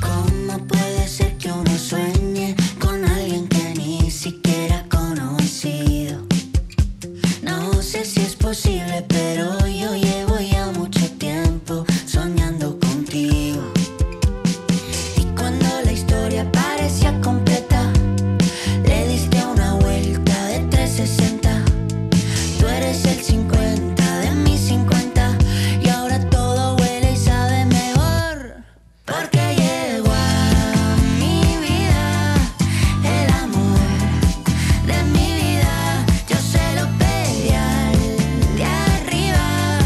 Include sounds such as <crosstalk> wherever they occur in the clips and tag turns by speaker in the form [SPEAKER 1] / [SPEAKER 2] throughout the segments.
[SPEAKER 1] ¿Cómo puede ser que uno sueñe con alguien que ni siquiera ha conocido? No sé si es posible, pero yo llevo ya mucho tiempo soñando contigo. Y cuando la historia parecía completa, le diste una vuelta de 360. Tú eres el 50 de mis 50 y ahora todo huele y sabe mejor. Porque llegó a mi vida el amor de mi vida. Yo se lo pedí al de arriba,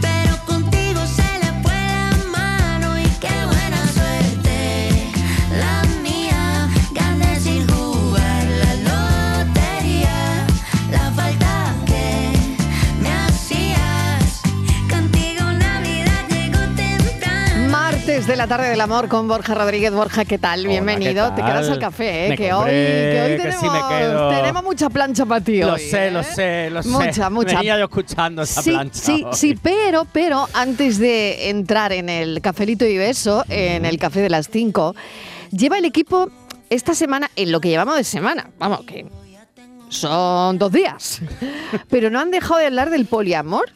[SPEAKER 1] pero contigo se le fue la mano y qué buena suerte la mía. Gané sin jugar la lotería, la falta que me hacías. Contigo Navidad llegó temprano.
[SPEAKER 2] Martes de la tarde del amor con Borja Rodríguez. Borja, ¿qué tal? Bienvenido.
[SPEAKER 3] ¿qué
[SPEAKER 2] Te quedas
[SPEAKER 3] tal?
[SPEAKER 2] al café, ¿eh?
[SPEAKER 3] Me
[SPEAKER 2] que,
[SPEAKER 3] compré,
[SPEAKER 2] hoy, que hoy
[SPEAKER 3] que sí
[SPEAKER 2] tenemos,
[SPEAKER 3] me quedo.
[SPEAKER 2] tenemos mucha plancha para ti
[SPEAKER 3] Lo
[SPEAKER 2] hoy,
[SPEAKER 3] sé,
[SPEAKER 2] ¿eh?
[SPEAKER 3] lo sé, lo sé.
[SPEAKER 2] Mucha, mucha.
[SPEAKER 3] Venía yo escuchando esa
[SPEAKER 2] Sí,
[SPEAKER 3] plancha.
[SPEAKER 2] sí,
[SPEAKER 3] hoy.
[SPEAKER 2] sí, pero, pero antes de entrar en el cafelito y beso, en el café de las 5, lleva el equipo esta semana en lo que llevamos de semana. Vamos, que son dos días. Pero no han dejado de hablar del
[SPEAKER 3] <laughs>
[SPEAKER 2] poliamor.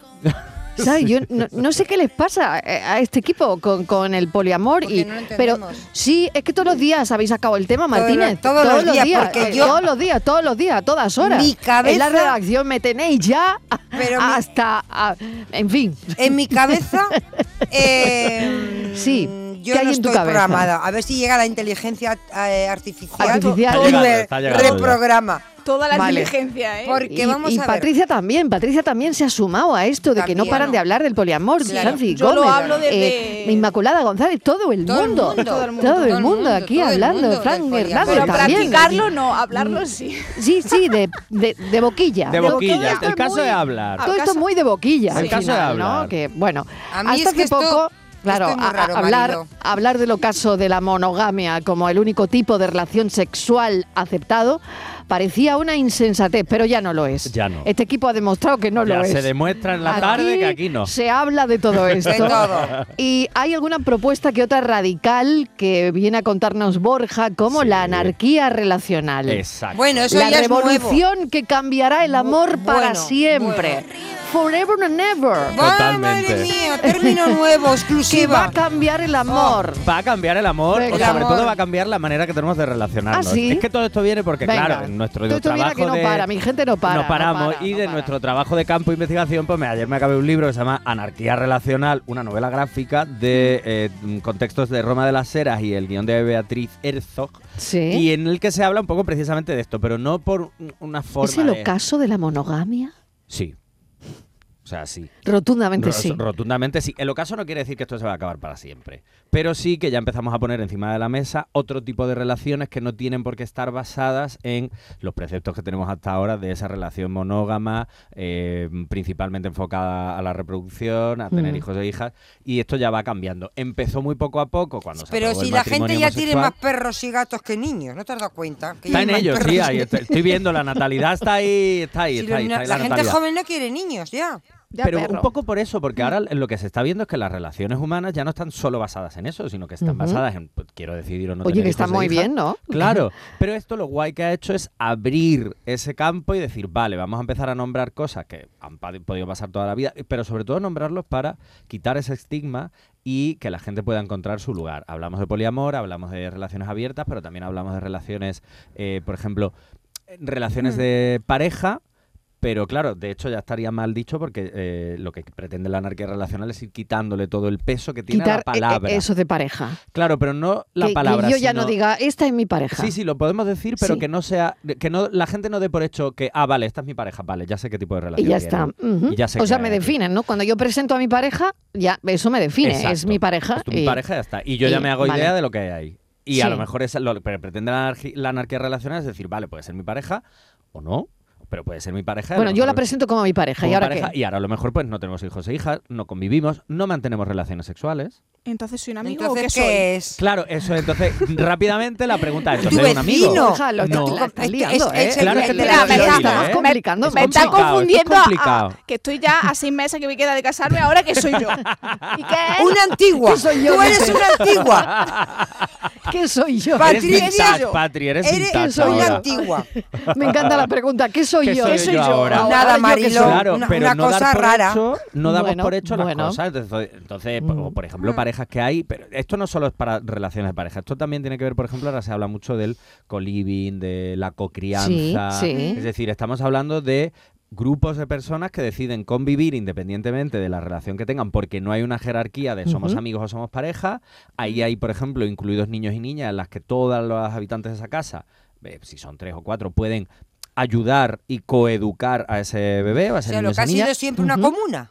[SPEAKER 2] ¿Sabes? Yo no, no sé qué les pasa eh, a este equipo con, con el poliamor. Y,
[SPEAKER 4] no lo
[SPEAKER 2] pero
[SPEAKER 4] entendemos.
[SPEAKER 2] sí, es que todos los días habéis sacado el tema,
[SPEAKER 4] Todos los-
[SPEAKER 2] Martínez.
[SPEAKER 4] todos los días, porque
[SPEAKER 2] eh,
[SPEAKER 4] yo-
[SPEAKER 2] Todos los días, todos los días, a todas horas.
[SPEAKER 4] Mi
[SPEAKER 2] En la
[SPEAKER 4] cabeza-
[SPEAKER 2] redacción me tenéis ya
[SPEAKER 4] Pero mi-
[SPEAKER 2] hasta... a- en fin.
[SPEAKER 4] En
[SPEAKER 2] <laughs>
[SPEAKER 4] mi cabeza, eh,
[SPEAKER 2] Sí,
[SPEAKER 4] yo
[SPEAKER 2] ¿qué hay
[SPEAKER 4] no
[SPEAKER 2] en tu
[SPEAKER 4] estoy
[SPEAKER 2] cabeza?
[SPEAKER 4] programada. A ver si llega la inteligencia eh, artificial,
[SPEAKER 2] Artificial. Está
[SPEAKER 4] y
[SPEAKER 3] llegando,
[SPEAKER 4] me
[SPEAKER 3] está llegando ya.
[SPEAKER 4] reprograma.
[SPEAKER 5] Toda la
[SPEAKER 2] Vale.
[SPEAKER 5] inteligencia, ¿eh?
[SPEAKER 4] Porque
[SPEAKER 2] y,
[SPEAKER 4] vamos
[SPEAKER 2] y
[SPEAKER 4] a ver.
[SPEAKER 2] Patricia también, Patricia también se ha sumado a esto de que no
[SPEAKER 4] También,
[SPEAKER 2] paran
[SPEAKER 4] ¿no?
[SPEAKER 2] de hablar del poliamor.
[SPEAKER 4] Claro.
[SPEAKER 2] Francis
[SPEAKER 5] Yo lo
[SPEAKER 2] Gómez,
[SPEAKER 5] hablo
[SPEAKER 2] eh,
[SPEAKER 5] desde-
[SPEAKER 2] Inmaculada González, todo el
[SPEAKER 4] Todo el
[SPEAKER 2] mundo.
[SPEAKER 4] mundo,
[SPEAKER 2] todo
[SPEAKER 4] todo
[SPEAKER 2] el
[SPEAKER 4] el
[SPEAKER 2] mundo,
[SPEAKER 4] mundo, todo el mundo,
[SPEAKER 2] aquí
[SPEAKER 4] todo el
[SPEAKER 2] hablando.
[SPEAKER 4] mundo
[SPEAKER 2] Fran
[SPEAKER 4] del poliamor.
[SPEAKER 2] Hernández
[SPEAKER 5] Pero
[SPEAKER 4] Yo
[SPEAKER 2] también.
[SPEAKER 5] practicarlo no, hablarlo
[SPEAKER 2] Mm.
[SPEAKER 5] sí.
[SPEAKER 2] Sí, sí, de, de, de boquilla.
[SPEAKER 3] De
[SPEAKER 2] Todo-
[SPEAKER 3] boquilla.
[SPEAKER 2] esto
[SPEAKER 3] el
[SPEAKER 2] es
[SPEAKER 3] caso
[SPEAKER 2] muy-
[SPEAKER 3] es hablar.
[SPEAKER 2] Todo esto
[SPEAKER 5] caso-
[SPEAKER 2] muy de boquilla.
[SPEAKER 3] El
[SPEAKER 2] al
[SPEAKER 3] caso de
[SPEAKER 2] final, ¿no?
[SPEAKER 3] hablar.
[SPEAKER 2] Que, bueno,
[SPEAKER 4] A mí
[SPEAKER 2] hasta
[SPEAKER 4] es que
[SPEAKER 2] hace poco,
[SPEAKER 4] esto-
[SPEAKER 2] claro,
[SPEAKER 4] esto es muy
[SPEAKER 2] a- a-
[SPEAKER 4] raro,
[SPEAKER 2] hablar,
[SPEAKER 4] marido.
[SPEAKER 2] hablar del ocaso de la monogamia como el único tipo de relación sexual aceptado parecía una insensatez, pero ya no lo es.
[SPEAKER 3] Ya no.
[SPEAKER 2] Este equipo ha demostrado que no
[SPEAKER 3] ya
[SPEAKER 2] lo es.
[SPEAKER 3] se demuestra en la tarde que aquí no.
[SPEAKER 2] Se habla de
[SPEAKER 3] <laughs>
[SPEAKER 2] todo esto.
[SPEAKER 4] De todo.
[SPEAKER 2] Y hay alguna propuesta que otra radical que viene a contarnos Borja, como
[SPEAKER 3] Sí.
[SPEAKER 2] la anarquía relacional
[SPEAKER 3] Exacto.
[SPEAKER 4] Bueno, eso
[SPEAKER 2] la
[SPEAKER 4] ya es nuevo.
[SPEAKER 2] revolución que cambiará el amor
[SPEAKER 4] Bu-
[SPEAKER 2] para
[SPEAKER 4] bueno,
[SPEAKER 2] siempre. Forever and ever.
[SPEAKER 4] ¡Ah,
[SPEAKER 3] Totalmente.
[SPEAKER 4] madre mía!
[SPEAKER 2] <laughs>
[SPEAKER 4] Término nuevo,
[SPEAKER 2] Que va a
[SPEAKER 4] exclusiva.
[SPEAKER 2] cambiar el amor.
[SPEAKER 4] Oh.
[SPEAKER 3] Va a cambiar el amor,
[SPEAKER 2] Venga.
[SPEAKER 3] o sobre
[SPEAKER 4] El amor.
[SPEAKER 3] todo va a cambiar la manera que tenemos de relacionarnos.
[SPEAKER 2] ¿Ah, sí?
[SPEAKER 3] Es que todo esto viene porque,
[SPEAKER 2] Venga.
[SPEAKER 3] claro, en nuestro
[SPEAKER 2] Todo esto viene a
[SPEAKER 3] trabajo
[SPEAKER 2] que no
[SPEAKER 3] de-
[SPEAKER 2] para, mi gente no para,
[SPEAKER 3] no
[SPEAKER 2] no
[SPEAKER 3] paramos.
[SPEAKER 2] para,
[SPEAKER 3] y
[SPEAKER 2] no
[SPEAKER 3] de
[SPEAKER 2] para.
[SPEAKER 3] nuestro trabajo de campo e investigación, pues me, ayer me acabé un libro que se llama Anarquía Relacional, una novela gráfica de eh, mm, contextos de Roma de las Heras y el guión de Beatriz Herzog. Y
[SPEAKER 2] Sí.
[SPEAKER 3] en el que se habla un poco precisamente de esto, pero no por un- una forma
[SPEAKER 2] ¿Es el
[SPEAKER 3] de-
[SPEAKER 2] ocaso de la monogamia?
[SPEAKER 3] Sí. O sea, sí.
[SPEAKER 2] Rotundamente
[SPEAKER 3] Ro-
[SPEAKER 2] sí.
[SPEAKER 3] Rotundamente sí. El ocaso no quiere decir que esto se va a acabar para siempre. Pero sí que ya empezamos a poner encima de la mesa otro tipo de relaciones que no tienen por qué estar basadas en los preceptos que tenemos hasta ahora de esa relación monógama, eh, principalmente enfocada a la reproducción, a tener
[SPEAKER 2] Mm.
[SPEAKER 3] hijos e hijas. Y esto ya va cambiando. Empezó muy poco a poco cuando se
[SPEAKER 4] Pero
[SPEAKER 3] aprobó el
[SPEAKER 4] si la gente
[SPEAKER 3] matrimonio
[SPEAKER 4] ya tiene
[SPEAKER 3] homosexual.
[SPEAKER 4] más perros y gatos que niños, ¿no te has dado cuenta? Que ya
[SPEAKER 3] Está
[SPEAKER 4] hay
[SPEAKER 3] en
[SPEAKER 4] más
[SPEAKER 3] ellos,
[SPEAKER 4] perros
[SPEAKER 3] sí,
[SPEAKER 4] y
[SPEAKER 3] ahí está. estoy viendo, la natalidad está ahí, está ahí,
[SPEAKER 4] Si
[SPEAKER 3] está
[SPEAKER 4] los
[SPEAKER 3] ahí,
[SPEAKER 4] ni-
[SPEAKER 3] está ahí
[SPEAKER 4] la gente
[SPEAKER 3] natalidad.
[SPEAKER 4] joven no quiere niños ya.
[SPEAKER 2] Ya,
[SPEAKER 3] Pero
[SPEAKER 2] perro.
[SPEAKER 3] un poco por eso, porque ahora lo que se está viendo es que las relaciones humanas ya no están solo basadas en eso, sino que están
[SPEAKER 2] Ujú.
[SPEAKER 3] basadas en pues, quiero decidir o no.
[SPEAKER 2] Oye,
[SPEAKER 3] tener
[SPEAKER 2] que
[SPEAKER 3] hijos
[SPEAKER 2] está
[SPEAKER 3] e
[SPEAKER 2] muy
[SPEAKER 3] hijas.
[SPEAKER 2] bien, ¿no?
[SPEAKER 3] Claro, pero esto lo guay que ha hecho es abrir ese campo y decir, vale, vamos a empezar a nombrar cosas que han pa- podido pasar toda la vida, pero sobre todo nombrarlos para quitar ese estigma y que la gente pueda encontrar su lugar. Hablamos de poliamor, hablamos de relaciones abiertas, pero también hablamos de relaciones, eh, por ejemplo, relaciones de pareja. Pero claro, de hecho ya estaría mal dicho porque eh, lo que pretende la anarquía relacional es ir quitándole todo el peso que tiene a
[SPEAKER 2] Quitar
[SPEAKER 3] la
[SPEAKER 2] eh,
[SPEAKER 3] palabra.
[SPEAKER 2] eh, eso de pareja.
[SPEAKER 3] Claro, pero no la
[SPEAKER 2] Que- que
[SPEAKER 3] palabra.
[SPEAKER 2] yo ya no
[SPEAKER 3] sino-
[SPEAKER 2] diga, esta es mi pareja.
[SPEAKER 3] Sí, sí, lo podemos decir, pero
[SPEAKER 2] Sí.
[SPEAKER 3] que no sea, que no, la gente no dé por hecho que, ah, vale, esta es mi pareja, vale, ya sé qué tipo de
[SPEAKER 2] Y
[SPEAKER 3] relación.
[SPEAKER 2] ya está.
[SPEAKER 3] quiero.
[SPEAKER 2] Ujú.
[SPEAKER 3] Y ya se
[SPEAKER 2] o sea,
[SPEAKER 3] queda
[SPEAKER 2] me
[SPEAKER 3] ahí.
[SPEAKER 2] definen, ¿no? Cuando yo presento a mi pareja, ya eso me define. Es
[SPEAKER 3] Exacto.
[SPEAKER 2] mi pareja.
[SPEAKER 3] Es tu
[SPEAKER 2] y-
[SPEAKER 3] pareja, ya está. Y yo
[SPEAKER 2] y-
[SPEAKER 3] ya me hago
[SPEAKER 2] vale.
[SPEAKER 3] idea de lo que hay ahí. Y a
[SPEAKER 2] Sí.
[SPEAKER 3] lo mejor esa, lo que pretende la, anarqui- la anarquía relacional es decir, vale, puede ser mi pareja o no. pero puede ser mi pareja. a lo
[SPEAKER 2] Bueno, yo la
[SPEAKER 3] mejor-
[SPEAKER 2] presento como mi pareja. ¿Y
[SPEAKER 3] como
[SPEAKER 2] ahora
[SPEAKER 3] pareja,
[SPEAKER 2] qué?
[SPEAKER 3] y ahora a lo mejor pues no tenemos hijos e hijas, no convivimos, no mantenemos relaciones sexuales.
[SPEAKER 5] Entonces soy un amigo
[SPEAKER 4] Entonces,
[SPEAKER 5] o qué
[SPEAKER 4] ¿qué,
[SPEAKER 5] soy.
[SPEAKER 4] es?
[SPEAKER 3] Claro, eso entonces <laughs> rápidamente la pregunta es,
[SPEAKER 4] Tu
[SPEAKER 3] ¿entonces es un amigo?
[SPEAKER 4] vecino.
[SPEAKER 2] Hija, lo-
[SPEAKER 3] No.
[SPEAKER 2] la estás
[SPEAKER 4] Es que-
[SPEAKER 2] liando,
[SPEAKER 4] es- es
[SPEAKER 2] ¿eh?
[SPEAKER 4] el
[SPEAKER 3] Claro, es que te la
[SPEAKER 5] Mira, me
[SPEAKER 3] estoy
[SPEAKER 5] está-
[SPEAKER 3] liando, ¿eh?
[SPEAKER 5] me
[SPEAKER 2] complicando,
[SPEAKER 3] Es
[SPEAKER 5] Me está
[SPEAKER 3] complicado, es
[SPEAKER 5] confundiendo a-
[SPEAKER 3] complicado.
[SPEAKER 5] a- que estoy ya a seis meses que me queda de casarme ahora que soy
[SPEAKER 3] <laughs>
[SPEAKER 5] yo. ¿Y qué es?
[SPEAKER 4] Una
[SPEAKER 2] <laughs>
[SPEAKER 4] antigua.
[SPEAKER 2] soy yo?
[SPEAKER 4] Tú
[SPEAKER 2] No
[SPEAKER 4] eres
[SPEAKER 2] sé.
[SPEAKER 4] una antigua.
[SPEAKER 2] ¿Qué soy yo?
[SPEAKER 4] Vale.
[SPEAKER 3] Eres
[SPEAKER 4] Patri,
[SPEAKER 3] vintage,
[SPEAKER 4] ¿eres yo?
[SPEAKER 3] Patri, eres
[SPEAKER 4] Eres
[SPEAKER 3] vintage
[SPEAKER 2] soy
[SPEAKER 4] una
[SPEAKER 3] ahora.
[SPEAKER 4] antigua.
[SPEAKER 2] Me encanta la pregunta. ¿Qué soy
[SPEAKER 3] ¿Qué
[SPEAKER 2] yo?
[SPEAKER 3] soy
[SPEAKER 2] ¿Qué soy
[SPEAKER 3] yo
[SPEAKER 2] yo
[SPEAKER 3] ahora?
[SPEAKER 4] Nada,
[SPEAKER 2] ¿yo qué
[SPEAKER 4] Mariló.
[SPEAKER 2] soy?
[SPEAKER 3] Claro,
[SPEAKER 4] una-
[SPEAKER 3] pero
[SPEAKER 4] una
[SPEAKER 3] no
[SPEAKER 4] cosa
[SPEAKER 3] dar por
[SPEAKER 4] rara.
[SPEAKER 3] hecho, no damos
[SPEAKER 2] Bueno,
[SPEAKER 3] por hecho las
[SPEAKER 2] bueno. Mm.
[SPEAKER 3] cosas. Entonces, entonces, o por ejemplo, parejas que hay, pero esto no solo es para relaciones de pareja, esto también tiene que ver, por ejemplo, ahora se habla mucho del co-living, de la cocrianza.
[SPEAKER 2] Sí, sí.
[SPEAKER 3] Es decir, estamos hablando de grupos de personas que deciden convivir independientemente de la relación que tengan porque no hay una jerarquía de somos
[SPEAKER 2] Ujú.
[SPEAKER 3] amigos o somos pareja. Ahí hay, por ejemplo, incluidos niños y niñas en las que todas las habitantes de esa casa, eh, si son tres o cuatro, pueden ayudar y coeducar a ese bebé o a
[SPEAKER 4] O
[SPEAKER 3] ese
[SPEAKER 4] sea,
[SPEAKER 3] niño,
[SPEAKER 4] lo que
[SPEAKER 3] esa
[SPEAKER 4] ha
[SPEAKER 3] niña.
[SPEAKER 4] sido siempre una comuna.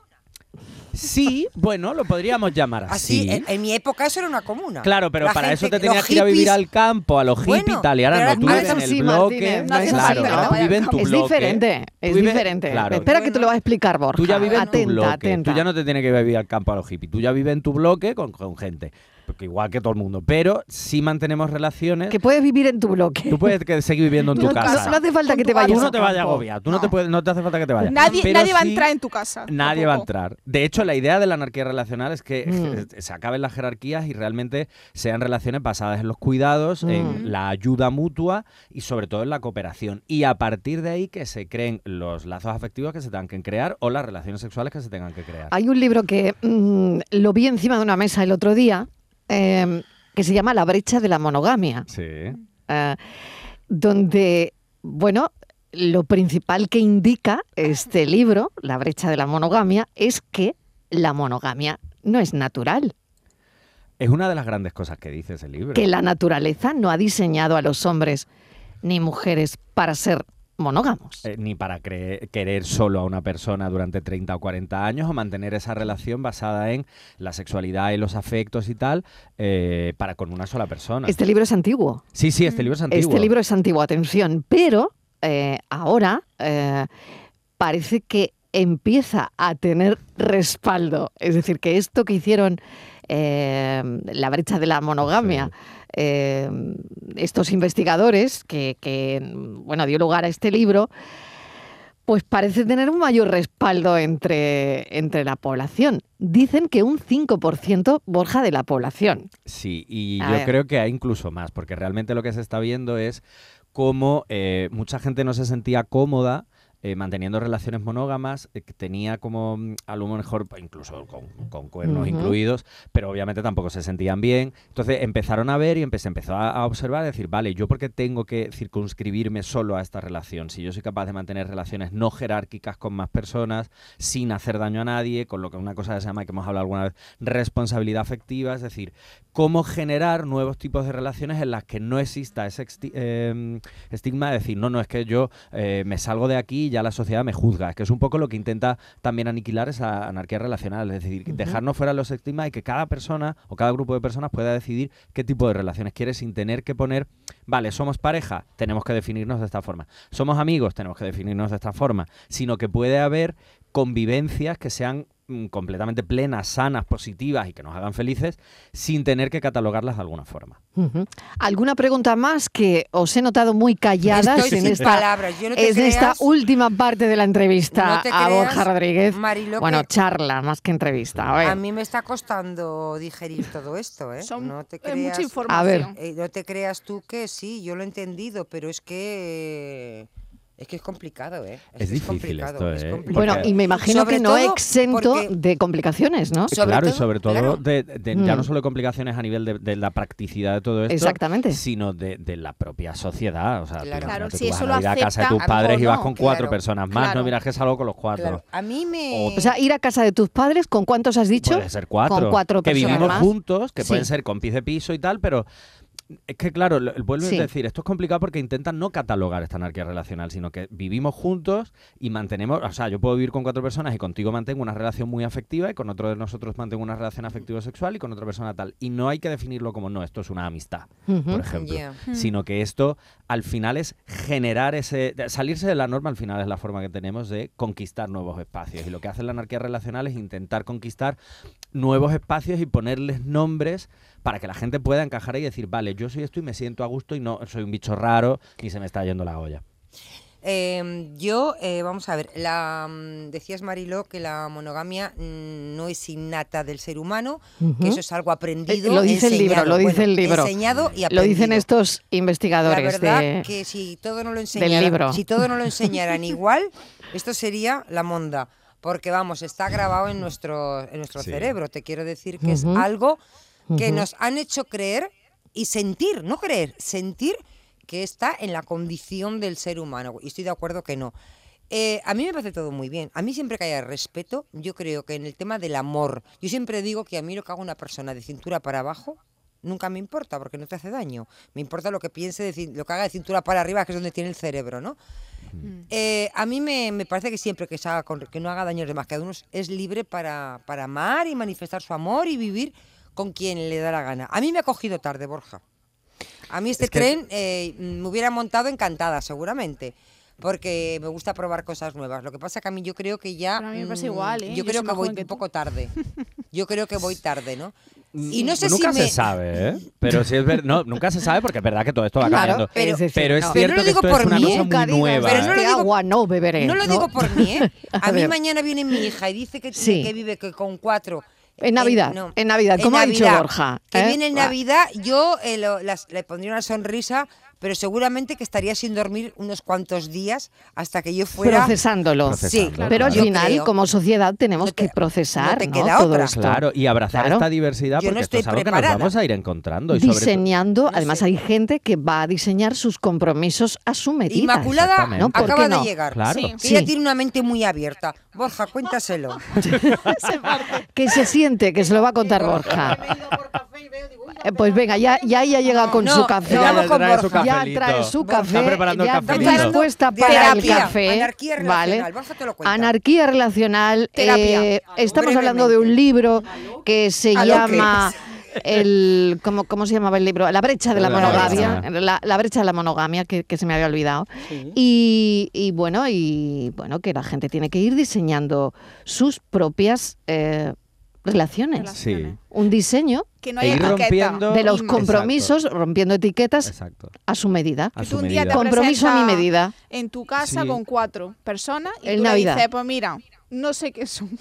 [SPEAKER 3] <laughs> Sí, bueno, lo podríamos llamar así.
[SPEAKER 4] Así, en, en mi época eso era una comuna.
[SPEAKER 3] Ah, Claro, pero
[SPEAKER 4] La
[SPEAKER 3] para eso
[SPEAKER 4] gente-
[SPEAKER 3] te tenías
[SPEAKER 4] los
[SPEAKER 3] que ir a vivir
[SPEAKER 4] hippies-
[SPEAKER 3] al campo, a los hippies
[SPEAKER 4] Bueno,
[SPEAKER 3] y tal. Y
[SPEAKER 4] pero
[SPEAKER 3] ahora no, tú
[SPEAKER 4] ahora
[SPEAKER 3] vives en
[SPEAKER 2] estamos-
[SPEAKER 3] el
[SPEAKER 2] sí,
[SPEAKER 3] bloque.
[SPEAKER 2] Martínez, no hace
[SPEAKER 3] claro,
[SPEAKER 2] falta que
[SPEAKER 3] ahora
[SPEAKER 2] vaya
[SPEAKER 3] tú vives en tu
[SPEAKER 2] Es
[SPEAKER 3] bloque.
[SPEAKER 2] diferente, es
[SPEAKER 3] Tú vives-
[SPEAKER 2] diferente.
[SPEAKER 3] claro.
[SPEAKER 2] Espera que te lo va a explicar Borja.
[SPEAKER 3] Tú ya vives en tu
[SPEAKER 2] atenta,
[SPEAKER 3] bloque.
[SPEAKER 2] atenta.
[SPEAKER 3] Tú ya no te tienes que vivir al campo a los hippies. Tú ya vives en tu bloque con, con gente. Porque igual que todo el mundo. Pero sí mantenemos relaciones.
[SPEAKER 2] Que puedes vivir en tu bloque.
[SPEAKER 3] Tú puedes que- seguir viviendo en tu
[SPEAKER 2] No-
[SPEAKER 3] casa.
[SPEAKER 2] No, no hace falta
[SPEAKER 5] Con
[SPEAKER 2] que
[SPEAKER 5] tu
[SPEAKER 2] te
[SPEAKER 5] casa.
[SPEAKER 2] vayas
[SPEAKER 3] tú no
[SPEAKER 2] al
[SPEAKER 3] te vayas a
[SPEAKER 2] campo.
[SPEAKER 3] agobiar. Tú no, te, puedes, no te hace falta que te vayas.
[SPEAKER 5] Nadie,
[SPEAKER 3] Pero
[SPEAKER 5] nadie va a
[SPEAKER 3] sí-
[SPEAKER 5] entrar en tu casa.
[SPEAKER 3] Nadie va a
[SPEAKER 5] tampoco.
[SPEAKER 3] entrar. De hecho, la idea de la anarquía relacional es que
[SPEAKER 2] Mm.
[SPEAKER 3] se acaben las jerarquías y realmente sean relaciones basadas en los cuidados, en
[SPEAKER 5] Mm.
[SPEAKER 3] la ayuda mutua y sobre todo en la cooperación. Y a partir de ahí que se creen los lazos afectivos que se tengan que crear o las relaciones sexuales que se tengan que crear.
[SPEAKER 2] Hay un libro que mm, lo vi encima de una mesa el otro día eh, que se llama La brecha de la monogamia,
[SPEAKER 3] Sí.
[SPEAKER 2] eh, donde, bueno, lo principal que indica este libro, La brecha de la monogamia, es que la monogamia no es natural.
[SPEAKER 3] Es una de las grandes cosas que dice ese libro.
[SPEAKER 2] que la naturaleza no ha diseñado a los hombres ni mujeres para ser monógamos.
[SPEAKER 3] Eh, ni para creer- querer solo a una persona durante 30 o 40 años o mantener esa relación basada en la sexualidad y los afectos y tal eh, para con una sola persona.
[SPEAKER 2] Este libro es antiguo.
[SPEAKER 3] Sí, sí, este libro es antiguo.
[SPEAKER 2] Este libro es antiguo, atención, pero eh, ahora eh, parece que empieza a tener respaldo. Es decir, que esto que hicieron eh, la brecha de la monogamia, eh, estos investigadores que, que, bueno, dio lugar a este libro, pues parece tener un mayor respaldo entre, entre la población. Dicen que un 5% borja de la población.
[SPEAKER 3] Sí, y
[SPEAKER 2] A
[SPEAKER 3] yo
[SPEAKER 2] ver.
[SPEAKER 3] creo que hay incluso más, porque realmente lo que se está viendo es cómo eh, mucha gente no se sentía cómoda. eh, manteniendo relaciones monógamas, eh, que tenía como mm, a lo mejor, pues, incluso con, con cuernos
[SPEAKER 2] Ujú.
[SPEAKER 3] incluidos, pero obviamente tampoco se sentían bien. Entonces empezaron a ver y empe- se empezó a, a observar, a decir, vale, ¿yo por qué tengo que circunscribirme solo a esta relación? Si yo soy capaz de mantener relaciones no jerárquicas con más personas, sin hacer daño a nadie, con lo que una cosa que se llama, que hemos hablado alguna vez, responsabilidad afectiva, es decir, cómo generar nuevos tipos de relaciones en las que no exista ese exti- eh, estigma de decir, no, no, es que yo eh, me salgo de aquí y ya la sociedad me juzga. Es que es un poco lo que intenta también aniquilar esa anarquía relacional, es decir, dejarnos fuera los estigmas y que cada persona o cada grupo de personas pueda decidir qué tipo de relaciones quiere sin tener que poner, vale, somos pareja, tenemos que definirnos de esta forma, somos amigos, tenemos que definirnos de esta forma, sino que puede haber convivencias que sean mm, completamente plenas, sanas, positivas y que nos hagan felices sin tener que catalogarlas de alguna forma.
[SPEAKER 2] Ujú. ¿Alguna pregunta más que os he notado muy calladas <laughs>
[SPEAKER 4] Estoy
[SPEAKER 2] en
[SPEAKER 4] sin
[SPEAKER 2] esta,
[SPEAKER 4] palabras. Yo no te
[SPEAKER 2] en esta
[SPEAKER 4] creas-
[SPEAKER 2] última parte de la entrevista
[SPEAKER 4] No te
[SPEAKER 2] a
[SPEAKER 4] creas,
[SPEAKER 2] Borja Rodríguez?
[SPEAKER 4] Mariló,
[SPEAKER 2] bueno,
[SPEAKER 4] que-
[SPEAKER 2] charla más que entrevista. A ver.
[SPEAKER 4] A mí me está costando digerir todo esto, ¿eh?
[SPEAKER 5] Son
[SPEAKER 4] no te
[SPEAKER 5] eh,
[SPEAKER 4] creas.
[SPEAKER 5] mucha información.
[SPEAKER 2] A ver.
[SPEAKER 4] Eh, no te creas tú que sí, yo lo he entendido, pero es que es que es complicado, ¿eh?
[SPEAKER 3] Es
[SPEAKER 4] que
[SPEAKER 3] difícil
[SPEAKER 4] complicado,
[SPEAKER 3] esto, ¿eh?
[SPEAKER 4] complicado.
[SPEAKER 2] bueno,
[SPEAKER 3] porque-
[SPEAKER 2] y me imagino
[SPEAKER 4] Sobre
[SPEAKER 2] que no
[SPEAKER 4] todo
[SPEAKER 2] exento
[SPEAKER 4] porque-
[SPEAKER 2] de complicaciones, ¿no?
[SPEAKER 4] Sobre
[SPEAKER 3] claro, y
[SPEAKER 4] todo,
[SPEAKER 3] sobre todo
[SPEAKER 4] claro.
[SPEAKER 3] de, de- ya
[SPEAKER 2] Mm.
[SPEAKER 3] no solo complicaciones a nivel de, de la practicidad de todo esto,
[SPEAKER 2] Exactamente.
[SPEAKER 3] sino de, de la propia sociedad. O sea, tú
[SPEAKER 4] Claro.
[SPEAKER 3] imagínate,
[SPEAKER 5] Claro,
[SPEAKER 3] tú
[SPEAKER 5] si
[SPEAKER 3] vas
[SPEAKER 5] eso
[SPEAKER 3] a
[SPEAKER 5] lo
[SPEAKER 3] Navidad a casa de
[SPEAKER 5] acepta,
[SPEAKER 3] tus
[SPEAKER 5] a lo
[SPEAKER 3] padres y
[SPEAKER 5] mejor
[SPEAKER 3] vas
[SPEAKER 5] no.
[SPEAKER 3] con cuatro
[SPEAKER 4] Claro,
[SPEAKER 3] personas más,
[SPEAKER 5] claro.
[SPEAKER 3] no miras que salgo con los cuatro.
[SPEAKER 4] Claro, A mí me
[SPEAKER 2] O sea, ir a casa de tus padres, ¿con cuántos has dicho?
[SPEAKER 3] Puede ser cuatro.
[SPEAKER 2] Con cuatro
[SPEAKER 3] que
[SPEAKER 2] personas
[SPEAKER 3] vivimos
[SPEAKER 2] más.
[SPEAKER 3] juntos, que
[SPEAKER 2] Sí.
[SPEAKER 3] pueden ser compis de piso y tal, pero Es que claro, lo- vuelvo
[SPEAKER 2] Sí.
[SPEAKER 3] a decir, esto es complicado porque intentan no catalogar esta anarquía relacional, sino que vivimos juntos y mantenemos, o sea, yo puedo vivir con cuatro personas y contigo mantengo una relación muy afectiva y con otro de nosotros mantengo una relación afectivo sexual y con otra persona tal. Y no hay que definirlo como no, esto es una amistad, por
[SPEAKER 2] Ujú.
[SPEAKER 3] ejemplo.
[SPEAKER 4] Yeah.
[SPEAKER 3] Sino que esto al final es generar ese, de- salirse de la norma al final es la forma que tenemos de conquistar nuevos espacios. Y lo que hace la anarquía relacional es intentar conquistar nuevos espacios y ponerles nombres para que la gente pueda encajar ahí y decir, vale, yo soy esto y me siento a gusto y no soy un bicho raro y se me está yendo la olla.
[SPEAKER 4] Eh, yo, eh, vamos a ver, la, mm, decías Mariló que la monogamia mm, no es innata del ser humano, que eso es algo aprendido.
[SPEAKER 2] Eh, lo dice el libro,
[SPEAKER 4] enseñado.
[SPEAKER 2] lo dice el libro.
[SPEAKER 4] Enseñado y
[SPEAKER 2] Lo
[SPEAKER 4] aprendido.
[SPEAKER 2] dicen estos
[SPEAKER 4] La
[SPEAKER 2] investigadores
[SPEAKER 4] verdad
[SPEAKER 2] de-
[SPEAKER 4] que si todo no lo enseñaran,
[SPEAKER 2] libro.
[SPEAKER 4] si todo no lo enseñaran igual, esto sería la monda, porque vamos, está grabado en nuestro en nuestro
[SPEAKER 3] Sí.
[SPEAKER 4] cerebro. Te quiero decir que es
[SPEAKER 2] Ujú.
[SPEAKER 4] algo que nos han hecho creer y sentir, no creer, sentir que está en la condición del ser humano. Y estoy de acuerdo que no. Eh, a mí me parece todo muy bien. A mí siempre que haya respeto, yo creo que en el tema del amor, yo siempre digo que a mí lo que haga una persona de cintura para abajo nunca me importa porque no te hace daño. Me importa lo que piense, de cin- lo que haga de cintura para arriba, que es donde tiene el cerebro, ¿no?
[SPEAKER 2] Mm.
[SPEAKER 4] Eh, a mí me, me parece que siempre que, se haga con- que no haga daño a los demás, cada uno es- es libre para, para amar y manifestar su amor y vivir con quien le da la gana. A mí me ha cogido tarde, Borja. A mí este
[SPEAKER 3] Es que-
[SPEAKER 4] tren eh, me hubiera montado encantada, seguramente. Porque me gusta probar cosas nuevas. Lo que pasa que a mí yo creo que ya...
[SPEAKER 5] Pero a mí me pasa
[SPEAKER 4] mm,
[SPEAKER 5] igual, ¿eh?
[SPEAKER 4] Yo,
[SPEAKER 5] Yo
[SPEAKER 4] creo
[SPEAKER 5] soy
[SPEAKER 4] que
[SPEAKER 5] más
[SPEAKER 4] voy
[SPEAKER 5] joven que
[SPEAKER 4] un
[SPEAKER 5] tú.
[SPEAKER 4] poco tarde. Yo creo que voy tarde,
[SPEAKER 3] <laughs>
[SPEAKER 4] ¿no? Y no sé
[SPEAKER 3] nunca
[SPEAKER 4] si
[SPEAKER 3] se
[SPEAKER 4] me...
[SPEAKER 3] sabe, ¿eh? Pero sí es ver- no, nunca se sabe porque es verdad que todo esto va
[SPEAKER 2] Claro,
[SPEAKER 3] cambiando.
[SPEAKER 4] pero-
[SPEAKER 3] pero, es
[SPEAKER 2] no.
[SPEAKER 4] Pero
[SPEAKER 3] cierto
[SPEAKER 4] no lo
[SPEAKER 3] que
[SPEAKER 4] digo
[SPEAKER 3] esto
[SPEAKER 4] por
[SPEAKER 3] es una
[SPEAKER 4] mí,
[SPEAKER 3] cosa
[SPEAKER 2] Nunca
[SPEAKER 3] muy
[SPEAKER 2] digas
[SPEAKER 3] nueva.
[SPEAKER 4] Pero no lo
[SPEAKER 2] que
[SPEAKER 4] digo-
[SPEAKER 2] agua no beberé.
[SPEAKER 4] No lo digo por mí, ¿eh? A,
[SPEAKER 2] <laughs> A
[SPEAKER 4] mí
[SPEAKER 2] ver.
[SPEAKER 4] mañana viene mi hija y dice que, tiene-
[SPEAKER 2] Sí.
[SPEAKER 4] que vive que con cuatro.
[SPEAKER 2] En Navidad, en Navidad, como ha dicho Borja,
[SPEAKER 4] Que
[SPEAKER 2] ¿eh?
[SPEAKER 4] viene en
[SPEAKER 2] Ah.
[SPEAKER 4] Navidad, yo eh, lo- las- le pondría una sonrisa, pero seguramente que estaría sin dormir unos cuantos días hasta que yo fuera.
[SPEAKER 2] procesándolo.
[SPEAKER 3] Procesando,
[SPEAKER 4] Sí, claro.
[SPEAKER 2] Pero al
[SPEAKER 4] Yo
[SPEAKER 2] final,
[SPEAKER 4] creo.
[SPEAKER 2] como sociedad, tenemos
[SPEAKER 4] No te-
[SPEAKER 2] que procesar
[SPEAKER 4] no te
[SPEAKER 2] ¿no?
[SPEAKER 4] queda
[SPEAKER 2] todo
[SPEAKER 4] otra.
[SPEAKER 2] esto.
[SPEAKER 3] Claro, y abrazar
[SPEAKER 2] Claro.
[SPEAKER 3] esta diversidad
[SPEAKER 4] Yo no
[SPEAKER 3] porque esto es
[SPEAKER 4] estoy
[SPEAKER 3] algo que
[SPEAKER 4] preparada.
[SPEAKER 3] nos vamos a ir encontrando. Y sobre todo-
[SPEAKER 2] diseñando,
[SPEAKER 4] No
[SPEAKER 2] además
[SPEAKER 4] sé.
[SPEAKER 2] hay gente que va a diseñar sus compromisos a su medida.
[SPEAKER 4] Inmaculada
[SPEAKER 3] Exactamente. ¿no? ¿Por
[SPEAKER 4] acaba
[SPEAKER 2] qué
[SPEAKER 4] de
[SPEAKER 2] no? <laughs>
[SPEAKER 4] llegar.
[SPEAKER 3] Claro.
[SPEAKER 5] Sí.
[SPEAKER 4] Que Ella
[SPEAKER 2] Sí.
[SPEAKER 4] tiene una mente muy abierta. Borja, cuéntaselo.
[SPEAKER 2] que se siente que se lo va a contar
[SPEAKER 4] <laughs>
[SPEAKER 2] Borja. Eh, Pues venga, ya, ya ella llega con
[SPEAKER 4] No,
[SPEAKER 2] su
[SPEAKER 4] no,
[SPEAKER 2] café.
[SPEAKER 4] vamos con Borja.
[SPEAKER 2] Ya trae su
[SPEAKER 4] Borja.
[SPEAKER 2] café,
[SPEAKER 3] Está preparando el
[SPEAKER 2] ya
[SPEAKER 3] café.
[SPEAKER 4] Está
[SPEAKER 2] dispuesta
[SPEAKER 4] preparando
[SPEAKER 2] para el
[SPEAKER 4] terapia,
[SPEAKER 2] café.
[SPEAKER 4] anarquía relacional. Borja te lo cuenta.
[SPEAKER 2] Anarquía relacional.
[SPEAKER 5] Terapia.
[SPEAKER 2] eh, estamos
[SPEAKER 4] Brevemente.
[SPEAKER 2] hablando de un libro que se
[SPEAKER 4] ¿A lo
[SPEAKER 2] llama el ¿cómo, cómo se llamaba el libro? La brecha de la,
[SPEAKER 3] La
[SPEAKER 2] monogamia.
[SPEAKER 3] brecha.
[SPEAKER 2] La, la brecha de la monogamia que, que se me había olvidado. Y, y bueno, y bueno, que la gente tiene que ir diseñando sus propias eh, relaciones.
[SPEAKER 3] Sí.
[SPEAKER 2] Un diseño
[SPEAKER 5] ¿eh? Que no
[SPEAKER 3] E
[SPEAKER 5] hay
[SPEAKER 3] ir
[SPEAKER 5] etiqueta.
[SPEAKER 3] rompiendo-
[SPEAKER 2] de los
[SPEAKER 5] Mismo.
[SPEAKER 2] compromisos, rompiendo etiquetas
[SPEAKER 3] Exacto.
[SPEAKER 2] a su medida.
[SPEAKER 3] A
[SPEAKER 5] Que
[SPEAKER 3] su
[SPEAKER 5] tú un día
[SPEAKER 3] medida.
[SPEAKER 5] te
[SPEAKER 2] Compromiso a mi
[SPEAKER 5] presentas
[SPEAKER 2] medida.
[SPEAKER 5] En tu casa
[SPEAKER 3] Sí.
[SPEAKER 5] con cuatro personas y
[SPEAKER 2] En
[SPEAKER 5] tú le
[SPEAKER 2] Navidad.
[SPEAKER 5] dices, pues mira, no sé qué son.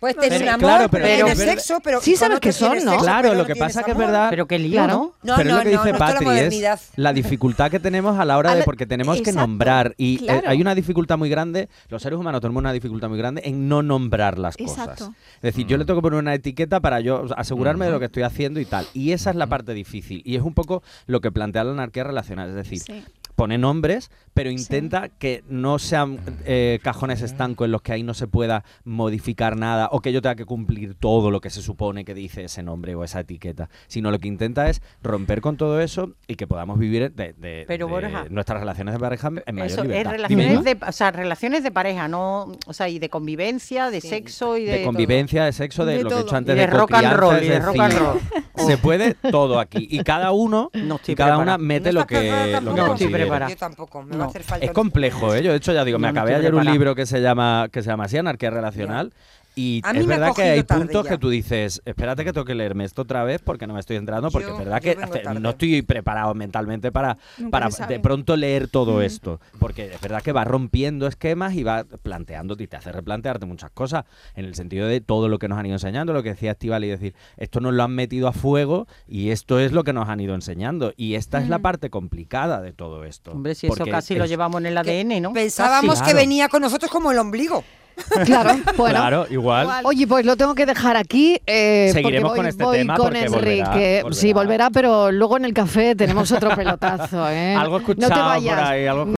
[SPEAKER 4] Puedes tener
[SPEAKER 3] Pero-
[SPEAKER 4] amor,
[SPEAKER 3] claro, pero-
[SPEAKER 4] tener
[SPEAKER 3] pero-
[SPEAKER 4] sexo, pero.
[SPEAKER 2] Sí
[SPEAKER 4] con
[SPEAKER 2] sabes
[SPEAKER 4] otro
[SPEAKER 2] que son,
[SPEAKER 4] tienes
[SPEAKER 2] ¿no?
[SPEAKER 4] sexo,
[SPEAKER 3] Claro,
[SPEAKER 4] pero
[SPEAKER 3] lo
[SPEAKER 4] no
[SPEAKER 3] que
[SPEAKER 4] tienes
[SPEAKER 3] pasa que es
[SPEAKER 4] amor.
[SPEAKER 3] verdad.
[SPEAKER 6] Pero qué lío,
[SPEAKER 2] Claro.
[SPEAKER 6] ¿no?
[SPEAKER 4] No,
[SPEAKER 3] pero es
[SPEAKER 4] no,
[SPEAKER 3] lo que
[SPEAKER 4] no,
[SPEAKER 3] dice
[SPEAKER 4] no, toda la
[SPEAKER 3] Patri
[SPEAKER 4] modernidad.
[SPEAKER 3] es la dificultad que tenemos a la hora
[SPEAKER 5] A
[SPEAKER 3] de
[SPEAKER 5] la-
[SPEAKER 3] porque tenemos que
[SPEAKER 5] exacto,
[SPEAKER 3] nombrar y eh,
[SPEAKER 5] claro.
[SPEAKER 3] hay una dificultad muy grande, los seres humanos tenemos una dificultad muy grande en no nombrar las cosas.
[SPEAKER 5] Exacto.
[SPEAKER 3] Es decir, yo le tengo que poner una etiqueta para yo asegurarme de lo que estoy haciendo y tal. Y esa es la parte difícil y es un poco lo que plantea la anarquía relacional, es decir,
[SPEAKER 5] Sí.
[SPEAKER 3] pone nombres, pero intenta que no sean eh, cajones estancos en los que ahí no se pueda modificar nada o que yo tenga que cumplir todo lo que se supone que dice ese nombre o esa etiqueta, sino lo que intenta es romper con todo eso y que podamos vivir de, de-
[SPEAKER 6] Pero,
[SPEAKER 3] de
[SPEAKER 6] Borja,
[SPEAKER 3] nuestras relaciones de pareja en mayor
[SPEAKER 6] Eso, es
[SPEAKER 3] libertad.
[SPEAKER 6] relaciones
[SPEAKER 3] Dime.
[SPEAKER 6] de, o sea, relaciones de pareja, no, o sea, y de convivencia, de sexo y de,
[SPEAKER 3] de
[SPEAKER 6] todo.
[SPEAKER 3] convivencia, de sexo, de,
[SPEAKER 5] De
[SPEAKER 3] lo que he dicho
[SPEAKER 5] todo.
[SPEAKER 3] antes
[SPEAKER 6] Y de rock and
[SPEAKER 3] cocrianza,
[SPEAKER 6] roll,
[SPEAKER 3] es
[SPEAKER 6] y de rock and
[SPEAKER 3] decir,
[SPEAKER 6] roll.
[SPEAKER 3] Se puede todo aquí y cada uno
[SPEAKER 6] No estoy
[SPEAKER 3] y cada una
[SPEAKER 6] preparada.
[SPEAKER 3] mete
[SPEAKER 4] No
[SPEAKER 3] lo
[SPEAKER 4] estás preparada
[SPEAKER 3] que lo que
[SPEAKER 4] tampoco.
[SPEAKER 6] No estoy
[SPEAKER 3] considera.
[SPEAKER 6] preparada.
[SPEAKER 4] Yo tampoco, me va a
[SPEAKER 6] No.
[SPEAKER 4] hacer falta.
[SPEAKER 3] Es complejo, ¿eh? Yo, de hecho, ya digo, me
[SPEAKER 6] No, no
[SPEAKER 3] acabé
[SPEAKER 6] estoy
[SPEAKER 3] ayer un
[SPEAKER 6] preparada.
[SPEAKER 3] libro que se llama que se llama así, Anarquía Relacional. Y
[SPEAKER 4] A mí
[SPEAKER 3] es
[SPEAKER 4] me ha
[SPEAKER 3] verdad que
[SPEAKER 4] cogido
[SPEAKER 3] hay
[SPEAKER 4] tarde
[SPEAKER 3] puntos
[SPEAKER 4] ya.
[SPEAKER 3] que tú dices, espérate que tengo que leerme esto otra vez porque no me estoy entrando, porque
[SPEAKER 4] Yo-
[SPEAKER 3] es verdad
[SPEAKER 4] yo
[SPEAKER 3] que
[SPEAKER 4] vengo
[SPEAKER 3] hace-
[SPEAKER 4] tarde.
[SPEAKER 3] no estoy preparado mentalmente para,
[SPEAKER 5] Nunca
[SPEAKER 3] para
[SPEAKER 5] se sabe.
[SPEAKER 3] de pronto leer
[SPEAKER 4] Mm.
[SPEAKER 3] todo esto. Porque es verdad que va rompiendo esquemas y va planteándote y te hace replantearte muchas cosas en el sentido de todo lo que nos han ido enseñando, lo que decía Estival y decir, esto nos lo han metido a fuego y esto es lo que nos han ido enseñando. Y esta
[SPEAKER 4] Mm.
[SPEAKER 3] es la parte complicada de todo esto.
[SPEAKER 6] Hombre, si eso
[SPEAKER 3] porque
[SPEAKER 6] casi lo
[SPEAKER 3] es-
[SPEAKER 6] llevamos en el ADN, ¿no?
[SPEAKER 4] Pensábamos
[SPEAKER 3] Casi.
[SPEAKER 4] que
[SPEAKER 3] Ah, Claro.
[SPEAKER 4] venía con nosotros como el ombligo.
[SPEAKER 2] <laughs> Claro, bueno.
[SPEAKER 3] Claro, igual.
[SPEAKER 2] Oye, pues lo tengo que dejar aquí. eh, porque
[SPEAKER 3] Seguiremos
[SPEAKER 2] voy,
[SPEAKER 3] con este
[SPEAKER 2] voy
[SPEAKER 3] tema
[SPEAKER 2] con
[SPEAKER 3] porque
[SPEAKER 2] Enrique.
[SPEAKER 3] volverá, volverá.
[SPEAKER 2] Sí, volverá, pero luego en el café tenemos otro pelotazo. ¿eh?
[SPEAKER 3] <laughs> Algo
[SPEAKER 2] no te
[SPEAKER 3] escuchado por
[SPEAKER 2] vayas.
[SPEAKER 3] ahí, algo